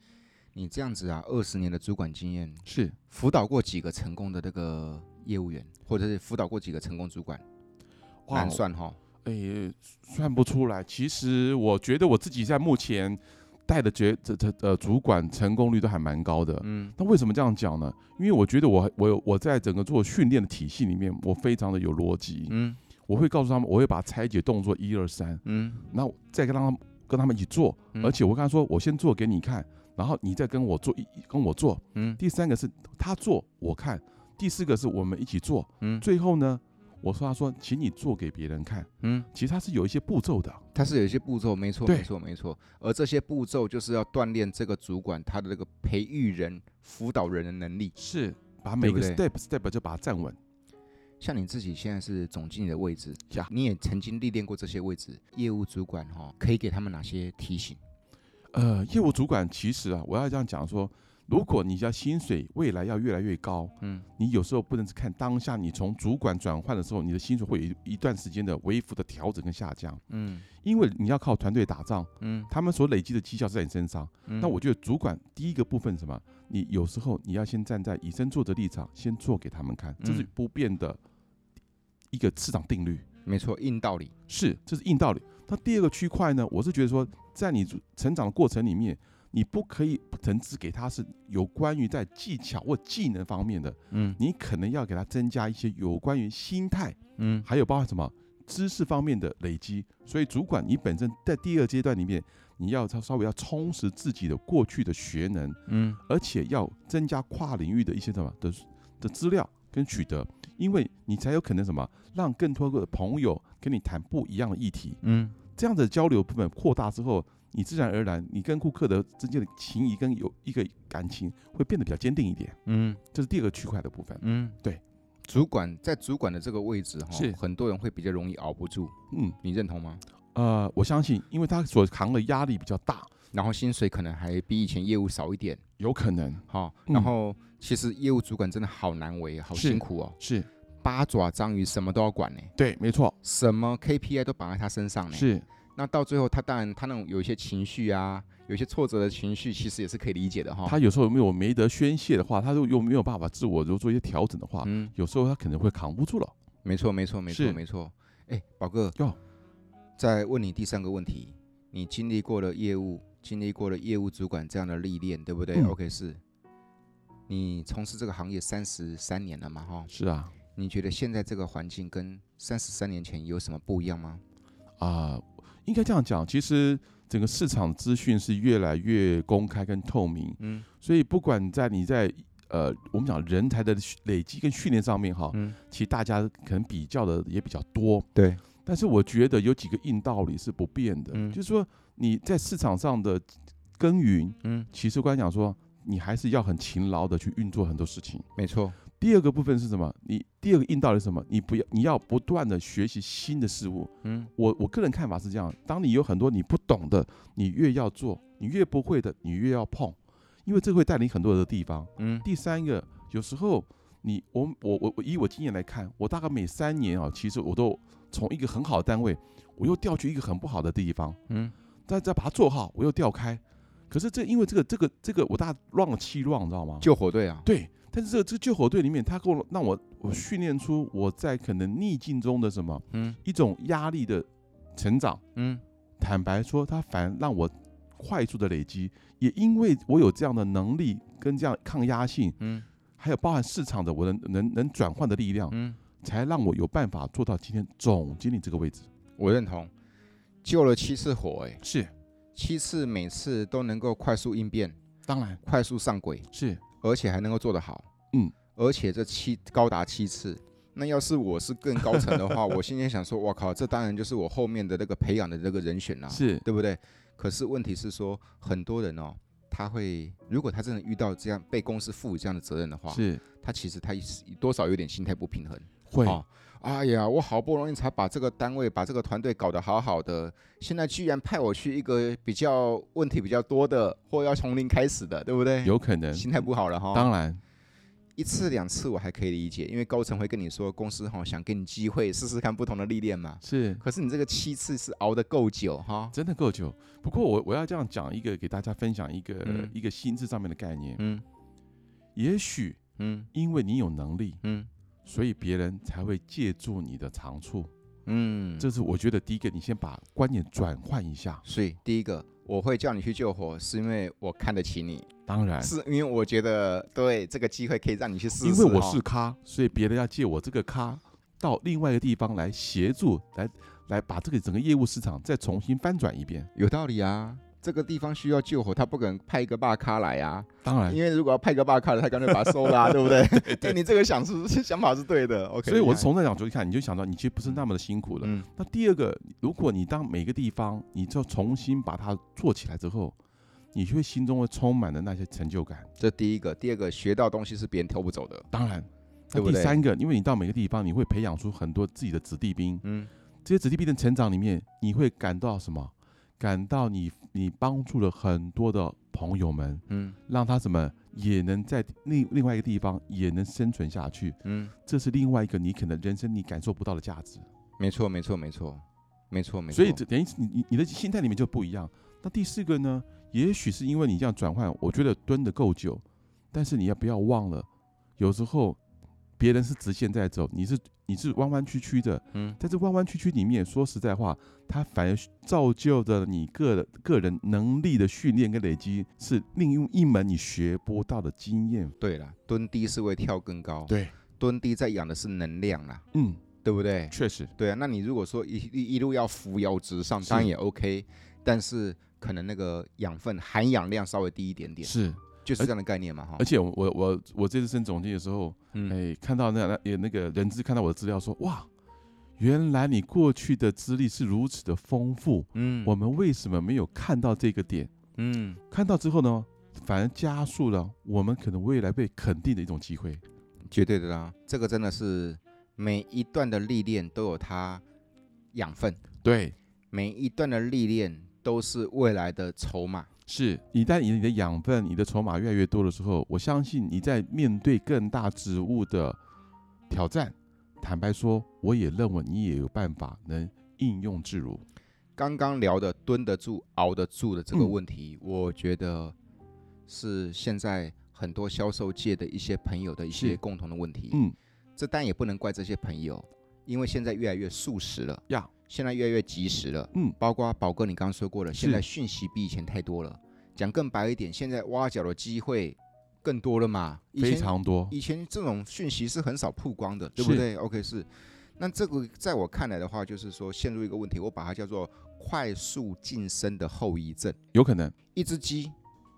Speaker 1: 你这样子啊，二十年的主管经验，
Speaker 2: 是
Speaker 1: 辅导过几个成功的那个业务员，或者是辅导过几个成功主管，难，算哈。
Speaker 2: 哎，算不出来。其实我觉得我自己在目前带的决这这呃主管成功率都还蛮高的。
Speaker 1: 嗯
Speaker 2: 那为什么这样讲呢？因为我觉得我我有我在整个做训练的体系里面，我非常的有逻辑，
Speaker 1: 嗯
Speaker 2: 我会告诉他们，我会把拆解动作一二三，
Speaker 1: 嗯，
Speaker 2: 那我再跟他们跟他们一起做，
Speaker 1: 嗯
Speaker 2: 而且我跟他说，我先做给你看，然后你再跟我做一一跟我做。
Speaker 1: 嗯
Speaker 2: 第三个是他做我看，第四个是我们一起做，
Speaker 1: 嗯
Speaker 2: 最后呢，我说他说，请你做给别人看，
Speaker 1: 嗯，
Speaker 2: 其实它是有一些步骤的。
Speaker 1: 它是有一些步骤，没错
Speaker 2: 对
Speaker 1: 没错没错，而这些步骤就是要锻炼这个主管他的这个培育人、辅导人的能力。
Speaker 2: 是把每个
Speaker 1: 对不
Speaker 2: step step 就把它站稳。
Speaker 1: 像你自己现在是总经理的位置
Speaker 2: 呀，
Speaker 1: 你也曾经历练过这些位置，业务主管哈、可以给他们哪些提醒？
Speaker 2: 呃，业务主管其实啊，我要这样讲说，如果你要薪水未来要越来越高，
Speaker 1: 嗯，
Speaker 2: 你有时候不能只看当下，你从主管转换的时候，你的薪水会有一一段时间的微幅的调整跟下降，
Speaker 1: 嗯
Speaker 2: 因为你要靠团队打仗，
Speaker 1: 嗯，
Speaker 2: 他们所累积的绩效是在你身上。
Speaker 1: 那
Speaker 2: 那我觉得主管第一个部分是什么？你有时候你要先站在以身作则的立场，先做给他们看，这是
Speaker 1: 嗯
Speaker 2: 不变的一个市场定律。
Speaker 1: 没错，硬道理。
Speaker 2: 是，这是硬道理。那第二个区块呢，我是觉得说，在你成长的过程里面，你不可以层次给他是有关于在技巧或技能方面的，
Speaker 1: 嗯
Speaker 2: 你可能要给他增加一些有关于心态，
Speaker 1: 嗯
Speaker 2: 还有包含什么知识方面的累积。所以，主管你本身在第二阶段里面，你要稍稍微要充实自己的过去的学能，
Speaker 1: 嗯
Speaker 2: 而且要增加跨领域的一些什么的的资料跟取得，因为你才有可能什么让更多的朋友跟你谈不一样的议题。
Speaker 1: 嗯
Speaker 2: 这样的交流部分扩大之后，你自然而然你跟顾客的之间的情谊跟有一个感情会变得比较坚定一点。
Speaker 1: 嗯
Speaker 2: 这是第二个区块的部分。
Speaker 1: 嗯，
Speaker 2: 对。
Speaker 1: 主管在主管的这个位置哈、
Speaker 2: 是
Speaker 1: 很多人会比较容易熬不住，
Speaker 2: 嗯，
Speaker 1: 你认同吗？
Speaker 2: 呃，我相信，因为他所扛的压力比较大，
Speaker 1: 然后薪水可能还比以前业务少一点，
Speaker 2: 有可能
Speaker 1: 哈、
Speaker 2: 嗯
Speaker 1: 然后其实业务主管真的好难为，好
Speaker 2: 是
Speaker 1: 辛苦哦，
Speaker 2: 是
Speaker 1: 八爪章鱼什么都要管呢，
Speaker 2: 对，没错，
Speaker 1: 什么 KPI 都绑在他身上呢。
Speaker 2: 是
Speaker 1: 那到最后，他当然他那种有一些情绪啊，有一些挫折的情绪，其实也是可以理解的哈。
Speaker 2: 他有时候没有没得宣泄的话，他又又没有办法自我做一些调整的话，
Speaker 1: 嗯，
Speaker 2: 有时候他可能会扛不住了。
Speaker 1: 没错，没错，没
Speaker 2: 是
Speaker 1: 错，没错。哎，宝哥
Speaker 2: 哟，
Speaker 1: 再问你第三个问题，你经历过了业务，经历过了业务主管这样的历练，对不对、
Speaker 2: 嗯
Speaker 1: o k 是。你从事这个行业三十三年了嘛，哈，
Speaker 2: 是啊，
Speaker 1: 你觉得现在这个环境跟三十三年前有什么不一样吗？
Speaker 2: 啊、应该这样讲，其实整个市场资讯是越来越公开跟透明，
Speaker 1: 嗯
Speaker 2: 所以不管在你在呃，我们讲人才的训累积跟训练上面哈，
Speaker 1: 嗯，
Speaker 2: 其实大家可能比较的也比较多，
Speaker 1: 对，
Speaker 2: 但是我觉得有几个硬道理是不变的，
Speaker 1: 嗯
Speaker 2: 就是说你在市场上的耕耘，
Speaker 1: 嗯，
Speaker 2: 其实我刚才讲说，你还是要很勤劳的去运作很多事情。
Speaker 1: 没错，
Speaker 2: 第二个部分是什么？你第二个硬道理是什么？你不要，你要不断的学习新的事物，
Speaker 1: 嗯
Speaker 2: 我我个人看法是这样：当你有很多你不懂的，你越要做；你越不会的，你越要碰，因为这会带你很多的地方。
Speaker 1: 嗯
Speaker 2: 第三个，有时候你我我我我以我经验来看，我大概每三年啊，其实我都从一个很好的单位，我又调去一个很不好的地方，
Speaker 1: 嗯
Speaker 2: 再再把它做好，我又调开。可是这因为这个这个这个，我大概乱了七乱，你知道吗？
Speaker 1: 救火队啊，
Speaker 2: 对，但是这个这个救火队里面，他给我让我我训练出我在可能逆境中的什么
Speaker 1: 嗯
Speaker 2: 一种压力的成长。
Speaker 1: 嗯
Speaker 2: 坦白说，它反而让我快速的累积，也因为我有这样的能力跟这样抗压性，
Speaker 1: 嗯
Speaker 2: 还有包含市场的我能能能转换的力量，
Speaker 1: 嗯，
Speaker 2: 才让我有办法做到今天总经理这个位置。
Speaker 1: 我认同，救了七次火、哎，
Speaker 2: 是，
Speaker 1: 七次每次都能够快速应变，
Speaker 2: 当然
Speaker 1: 快速上轨，
Speaker 2: 是
Speaker 1: 而且还能够做得好，
Speaker 2: 嗯，
Speaker 1: 而且这七高达七次。那要是我是更高层的 话，我心里想说，我靠，这当然就是我后面的那个培养的这个人选啦、
Speaker 2: 是，
Speaker 1: 对不对？可是问题是说，很多人哦，他会如果他真的遇到这样被公司赋予这样的责任的话，
Speaker 2: 是
Speaker 1: 他其实他是多少有点心态不平衡。
Speaker 2: 会、
Speaker 1: 哦哎呀，我好不容易才把这个单位、把这个团队搞得好好的，现在居然派我去一个比较问题比较多的，或要从零开始的，对不对？
Speaker 2: 有可能，
Speaker 1: 心态不好了哈。
Speaker 2: 当然
Speaker 1: 一次两次我还可以理解，因为高层会跟你说，公司哈想给你机会试试看不同的历练嘛。
Speaker 2: 是
Speaker 1: 可是你这个七次是熬得够久哈。
Speaker 2: 真的够久。不过我我要这样讲一个，给大家分享一个、
Speaker 1: 嗯
Speaker 2: 一个心智上面的概念。
Speaker 1: 嗯
Speaker 2: 也许
Speaker 1: 嗯
Speaker 2: 因为你有能力，
Speaker 1: 嗯
Speaker 2: 所以别人才会借助你的长处。
Speaker 1: 嗯，
Speaker 2: 这是我觉得第一个，你先把观念转换一下。
Speaker 1: 所以第一个，我会叫你去救火，是因为我看得起你，
Speaker 2: 当然，
Speaker 1: 是因为我觉得对这个机会可以让你去试试。
Speaker 2: 哎因为我
Speaker 1: 哦
Speaker 2: 是咖，所以别人要借我这个咖到另外一个地方来协助，来来把这个整个业务市场再重新翻转一遍。
Speaker 1: 有道理啊，这个地方需要救火，他不可能派一个大咖来啊，
Speaker 2: 当然，
Speaker 1: 因为如果要派一个大咖来，他干脆把他收 了、啊，对不对？ 哎，你这个想是想法是对的，OK。
Speaker 2: 所以我是从那角度去看，你就想到你其实不是那么的辛苦了。
Speaker 1: 嗯，
Speaker 2: 那第二个，如果你当每个地方你就重新把它做起来之后，你就会心中会充满了那些成就感。
Speaker 1: 这第一个，第二个学到东西是别人偷不走的，
Speaker 2: 当然，
Speaker 1: 对
Speaker 2: 那
Speaker 1: 不
Speaker 2: 第
Speaker 1: 对
Speaker 2: 三个，因为你到每个地方，你会培养出很多自己的子弟兵，
Speaker 1: 嗯，
Speaker 2: 这些子弟兵的成长里面，你会感到什么？感到你你帮助了很多的朋友们，
Speaker 1: 嗯
Speaker 2: 让他什么也能在另另外一个地方也能生存下去，
Speaker 1: 嗯，
Speaker 2: 这是另外一个你可能人生你感受不到的价值。
Speaker 1: 没错没错没错没错没错。
Speaker 2: 所以这等于是你你你的心态里面就不一样。那第四个呢，也许是因为你这样转换，我觉得蹲得够久，但是你要不要忘了，有时候别人是直线在走，你是你是弯弯曲曲的，
Speaker 1: 嗯
Speaker 2: 在这弯弯曲曲里面，说实在话，它反而造就的你个人个人能力的训练跟累积，是另一门你学不到的经验。
Speaker 1: 对了，蹲低是为跳更高，
Speaker 2: 对，
Speaker 1: 蹲低在养的是能量啦，
Speaker 2: 嗯，
Speaker 1: 对不对？
Speaker 2: 确实，
Speaker 1: 对啊，那你如果说一一一路要扶摇直上，当然
Speaker 2: 是
Speaker 1: 也 OK，但是可能那个养分含氧量稍微低一点点，
Speaker 2: 是。
Speaker 1: 就是
Speaker 2: 而
Speaker 1: 这样的概念嘛哈
Speaker 2: 而。且我我我我这次升总经的时候，
Speaker 1: 嗯，
Speaker 2: 哎，看到那那也那个人资看到我的资料说，哇，原来你过去的资历是如此的丰富，
Speaker 1: 嗯
Speaker 2: 我们为什么没有看到这个点？
Speaker 1: 嗯，
Speaker 2: 看到之后呢，反而加速了我们可能未来被肯定的一种机会。
Speaker 1: 绝对的啦，这个真的是每一段的历练都有它养分，
Speaker 2: 对，
Speaker 1: 每一段的历练都是未来的筹码。
Speaker 2: 是一旦你的养分、你的筹码越来越多的时候，我相信你在面对更大职务的挑战，坦白说，我也认为你也有办法能应用自如。
Speaker 1: 刚刚聊的蹲得住、熬得住的这个
Speaker 2: 嗯
Speaker 1: 问题，我觉得是现在很多销售界的一些朋友的一些
Speaker 2: 是
Speaker 1: 共同的问题。
Speaker 2: 嗯，
Speaker 1: 这当然也不能怪这些朋友，因为现在越来越速食了
Speaker 2: 呀，
Speaker 1: 现在越来越及时了。
Speaker 2: 嗯
Speaker 1: 包括宝哥你刚刚说过了，现
Speaker 2: 是
Speaker 1: 在讯息比以前太多了。讲更白一点，现在挖角的机会更多了嘛？以前
Speaker 2: 非常多。
Speaker 1: 以前这种讯息是很少曝光的，对不
Speaker 2: 是
Speaker 1: 对？OK，是。那这个在我看来的话，就是说陷入一个问题，我把它叫做快速晋升的后遗症。
Speaker 2: 有可能
Speaker 1: 一只鸡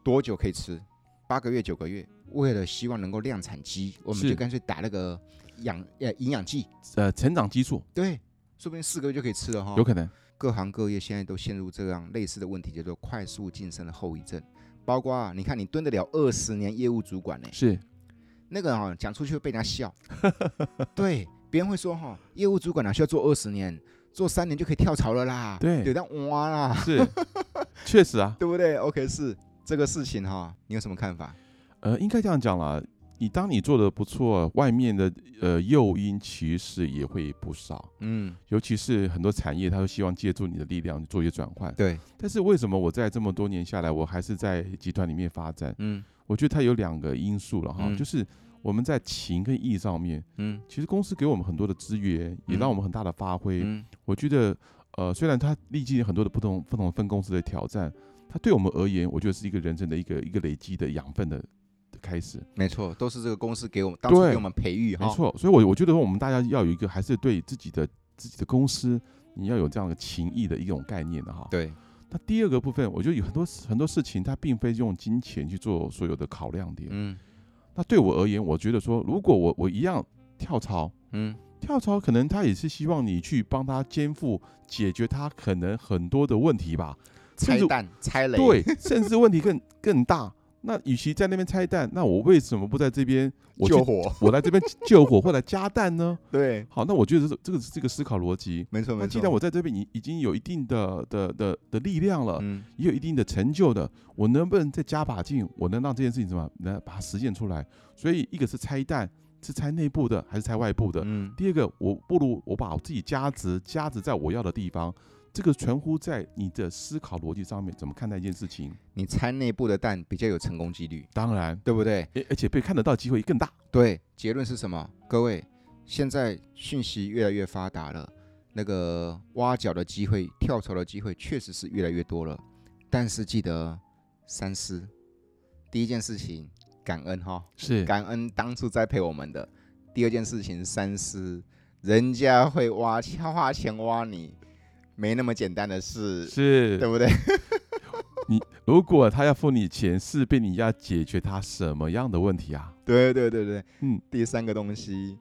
Speaker 1: 多久可以吃？八个月、九个月。为了希望能够量产鸡，我们
Speaker 2: 是
Speaker 1: 就干脆打那个养呃营养剂，
Speaker 2: 呃成长激素，
Speaker 1: 对，说不定四个月就可以吃了哈。
Speaker 2: 有可能
Speaker 1: 各行各业现在都陷入这样类似的问题，叫做快速晋升的后遗症。包括啊，你看你蹲得了二十年业务主管呢、
Speaker 2: 是
Speaker 1: 那个哦，讲出去会被 人家笑。对，别人会说哈、业务主管啊哪需要做二十年，做三年就可以跳槽了啦。
Speaker 2: 对
Speaker 1: 有当哇啦，
Speaker 2: 是，确实啊，
Speaker 1: 对不对？OK，是这个事情哈、你有什么看法？
Speaker 2: 呃，应该这样讲啦。你当你做的不错，外面的呃诱因其实也会不少，
Speaker 1: 嗯，
Speaker 2: 尤其是很多产业，它都希望借助你的力量做一些转换。
Speaker 1: 对，
Speaker 2: 但是为什么我在这么多年下来，我还是在集团里面发展？
Speaker 1: 嗯
Speaker 2: 我觉得它有两个因素了哈，
Speaker 1: 嗯
Speaker 2: 就是我们在情跟义上面，
Speaker 1: 嗯
Speaker 2: 其实公司给我们很多的资源，也让
Speaker 1: 嗯
Speaker 2: 我们很大的发挥。
Speaker 1: 嗯
Speaker 2: 我觉得，呃，虽然它历经很多的不同不同分公司的挑战，它对我们而言，我觉得是一个人生的一个一个累积的养分的的开始。
Speaker 1: 没错，都是这个公司给我们当初
Speaker 2: 对
Speaker 1: 给我们培育哈、
Speaker 2: 没，错，所以我我觉得说我们大家要有一个，还是对自己的自己的公司，你要有这样的情谊的一种概念的哈。
Speaker 1: 对，
Speaker 2: 那第二个部分，我觉得有很多很多事情，它并非用金钱去做所有的考量点。
Speaker 1: 嗯
Speaker 2: 那对我而言，我觉得说，如果我我一样跳槽，
Speaker 1: 嗯
Speaker 2: 跳槽可能他也是希望你去帮他肩负解决他可能很多的问题吧，甚
Speaker 1: 拆
Speaker 2: 至
Speaker 1: 弹拆雷，，
Speaker 2: 对，甚至问题更更大。那与其在那边拆弹，那我为什么不在这边我去
Speaker 1: 救火，
Speaker 2: 我来这 边救火或来加弹呢？
Speaker 1: 对，
Speaker 2: 好，那我觉得这这个是这个思考逻辑。
Speaker 1: 没错
Speaker 2: 那
Speaker 1: 没
Speaker 2: 既
Speaker 1: 错，
Speaker 2: 然我在这边已已经有一定的的的的力量了，
Speaker 1: 嗯
Speaker 2: 也有一定的成就的，我能不能再加把劲？我能让这件事情怎么样能把它实现出来？所以一个是拆弹，是拆内部的还是拆外部的？
Speaker 1: 嗯
Speaker 2: 第二个，我不如我把我自己价值价值在我要的地方，这个全乎在你的思考逻辑上面怎么看待一件事情。
Speaker 1: 你拆内部的蛋比较有成功几率，
Speaker 2: 当然，
Speaker 1: 对不对？
Speaker 2: 而而且被看得到机会更大。
Speaker 1: 对，结论是什么？各位，现在讯息越来越发达了，那个挖角的机会、跳槽的机会确实是越来越多了。但是记得三思。第一件事情，感恩哈，
Speaker 2: 是
Speaker 1: 感恩当初栽培我们的。第二件事情，三思，人家会挖花钱挖你，没那么简单的事，
Speaker 2: 是，
Speaker 1: 对不对？
Speaker 2: 如果他要付你钱，势必你要解决他什么样的问题啊？
Speaker 1: 对对对对，
Speaker 2: 嗯，
Speaker 1: 第三个东西，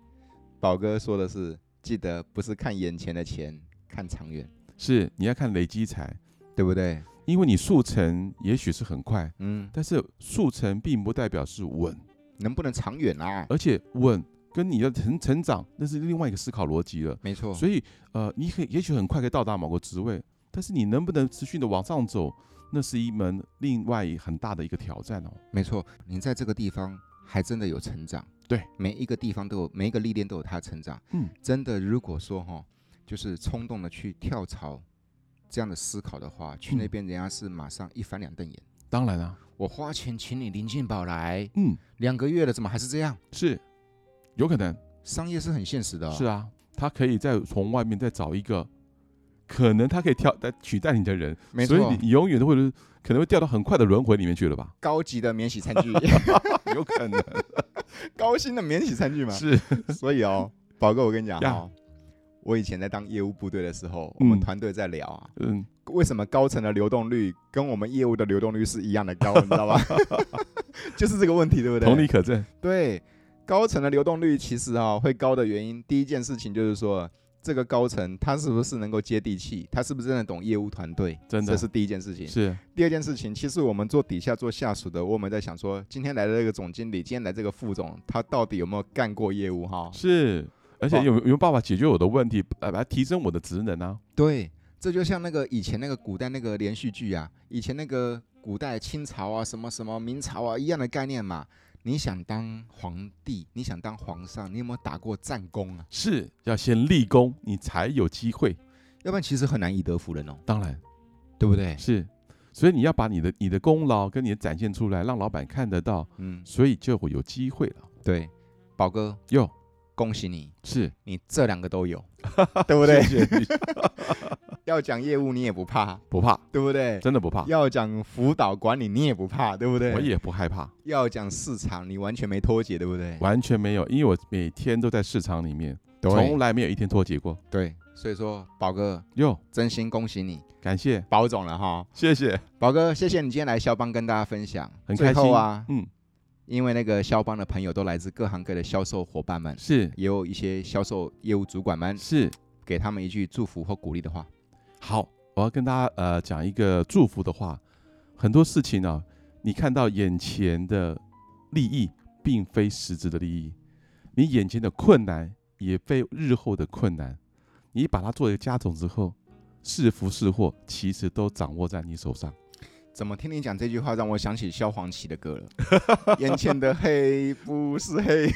Speaker 1: 宝哥说的是，记得不是看眼前的钱，看长远，
Speaker 2: 是你要看累积财，
Speaker 1: 对不对？
Speaker 2: 因为你速成也许是很快，
Speaker 1: 嗯，
Speaker 2: 但是速成并不代表是稳，
Speaker 1: 能不能长远啊？
Speaker 2: 而且稳跟你的成成长那是另外一个思考逻辑了。
Speaker 1: 没错，
Speaker 2: 所以呃，你可以也许很快可以到达某个职位，但是你能不能持续的往上走，那是一门另外很大的一个挑战哦。
Speaker 1: 没错，你在这个地方还真的有成长。
Speaker 2: 对，
Speaker 1: 每一个地方都有，每一个历练都有它的成长。
Speaker 2: 嗯，
Speaker 1: 真的，如果说哈、就是冲动的去跳槽，这样的思考的话，去
Speaker 2: 嗯
Speaker 1: 那边人家是马上一翻两瞪眼。
Speaker 2: 当然啊，
Speaker 1: 我花钱请你林进宝来，
Speaker 2: 嗯，
Speaker 1: 两个月了，怎么还是这样？
Speaker 2: 是有可能，
Speaker 1: 商业是很现实的、哦
Speaker 2: 是，啊，他可以再从外面再找一个，可能他可以跳来取代你的人，
Speaker 1: 没
Speaker 2: 所以
Speaker 1: 错
Speaker 2: 你，你永远都会可能会掉到很快的轮回里面去了 吧？
Speaker 1: 高级的免洗餐 具，
Speaker 2: 有可能
Speaker 1: 高薪的免洗餐具嘛。
Speaker 2: 是
Speaker 1: 所以哦，宝哥，我跟你讲
Speaker 2: 呀
Speaker 1: 哦，我以前在当业务部队的时候，我们
Speaker 2: 嗯
Speaker 1: 团队在聊啊，
Speaker 2: 嗯，
Speaker 1: 为什么高层的流动率跟我们业务的流动率是一样的高，你知 道吧？就是这个问题，对不对？
Speaker 2: 同理可证，
Speaker 1: 对，高层的流动率其实啊、会高的原因，第一件事情就是说，这个高层他是不是能够接地气，他是不是真的懂业务团队，
Speaker 2: 真的
Speaker 1: 这是第一件事情。
Speaker 2: 是
Speaker 1: 第二件事情，其实我们做底下做下属的，我们在想说，今天来的这个总经理，今天来这个副总，他到底有没有干过业务哈？
Speaker 2: 是，而且
Speaker 1: 哇
Speaker 2: 有有没有办法解决我的问题，呃，来提升我的职能啊？
Speaker 1: 对，这就像那个以前那个古代那个连续剧啊，以前那个古代清朝啊，什么什么明朝啊，一样的概念嘛。你想当皇帝，你想当皇上，你有没有打过战功啊？
Speaker 2: 是要先立功，你才有机会。
Speaker 1: 要不然其实很难以德服人哦，
Speaker 2: 当然
Speaker 1: 对不对？
Speaker 2: 是，所以你要把你的你的功劳跟你的展现出来，让老板看得到，
Speaker 1: 嗯，
Speaker 2: 所以就会有机会了。
Speaker 1: 对，宝哥，
Speaker 2: 哟，
Speaker 1: 恭喜你，
Speaker 2: 是，
Speaker 1: 你这两个都有， 对不对？
Speaker 2: 谢谢你
Speaker 1: 要讲业务你也不怕，
Speaker 2: 不怕，
Speaker 1: 对不 对？
Speaker 2: 真的不怕，
Speaker 1: 要讲辅导管理你也不怕，对不对？
Speaker 2: 我也不害怕，
Speaker 1: 要讲市场，你完全没脱节，对不对？
Speaker 2: 完全没有，因为我每天都在市场里面，从来没有一天脱节过。
Speaker 1: 对，所以说宝哥，
Speaker 2: 哟，
Speaker 1: 真心恭喜你，
Speaker 2: 感谢，
Speaker 1: 宝总了哈。
Speaker 2: 谢谢，
Speaker 1: 宝哥，谢谢你今天来肖邦跟大家分享，
Speaker 2: 很
Speaker 1: 最
Speaker 2: 开
Speaker 1: 后
Speaker 2: 心
Speaker 1: 啊，
Speaker 2: 嗯，
Speaker 1: 因为那个肖邦的朋友都来自各行各业的销售伙伴们，
Speaker 2: 是
Speaker 1: 也有一些销售业务主管们，
Speaker 2: 是，
Speaker 1: 给他们一句祝福或鼓励的话。
Speaker 2: 好，我要跟大家呃讲一个祝福的话，很多事情啊，你看到眼前的利益，并非实质的利益，你眼前的困难也非日后的困难，你把它作为加总之后，是福是祸，其实都掌握在你手上。
Speaker 1: 怎么听你讲这句话，让我想起萧煌奇的歌了？ 眼前的黑不是黑。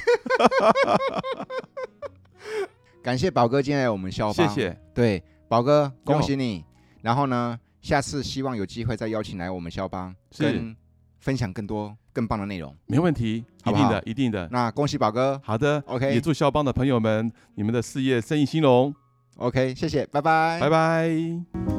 Speaker 1: 感谢宝哥今天来我们肖
Speaker 2: 谢
Speaker 1: 邦，
Speaker 2: 谢，
Speaker 1: 对，宝哥，恭喜你。然后呢，下次希望有机会再邀请来我们肖邦，
Speaker 2: 是
Speaker 1: 跟分享更多更棒的内容。
Speaker 2: 没问题，一
Speaker 1: 好不
Speaker 2: 定
Speaker 1: 好
Speaker 2: 的，一定的。
Speaker 1: 那恭喜宝哥
Speaker 2: 好的
Speaker 1: OK
Speaker 2: 也祝肖邦的朋友们，你们的事业生意兴隆，
Speaker 1: 哎，OK，谢谢，拜拜，
Speaker 2: 拜拜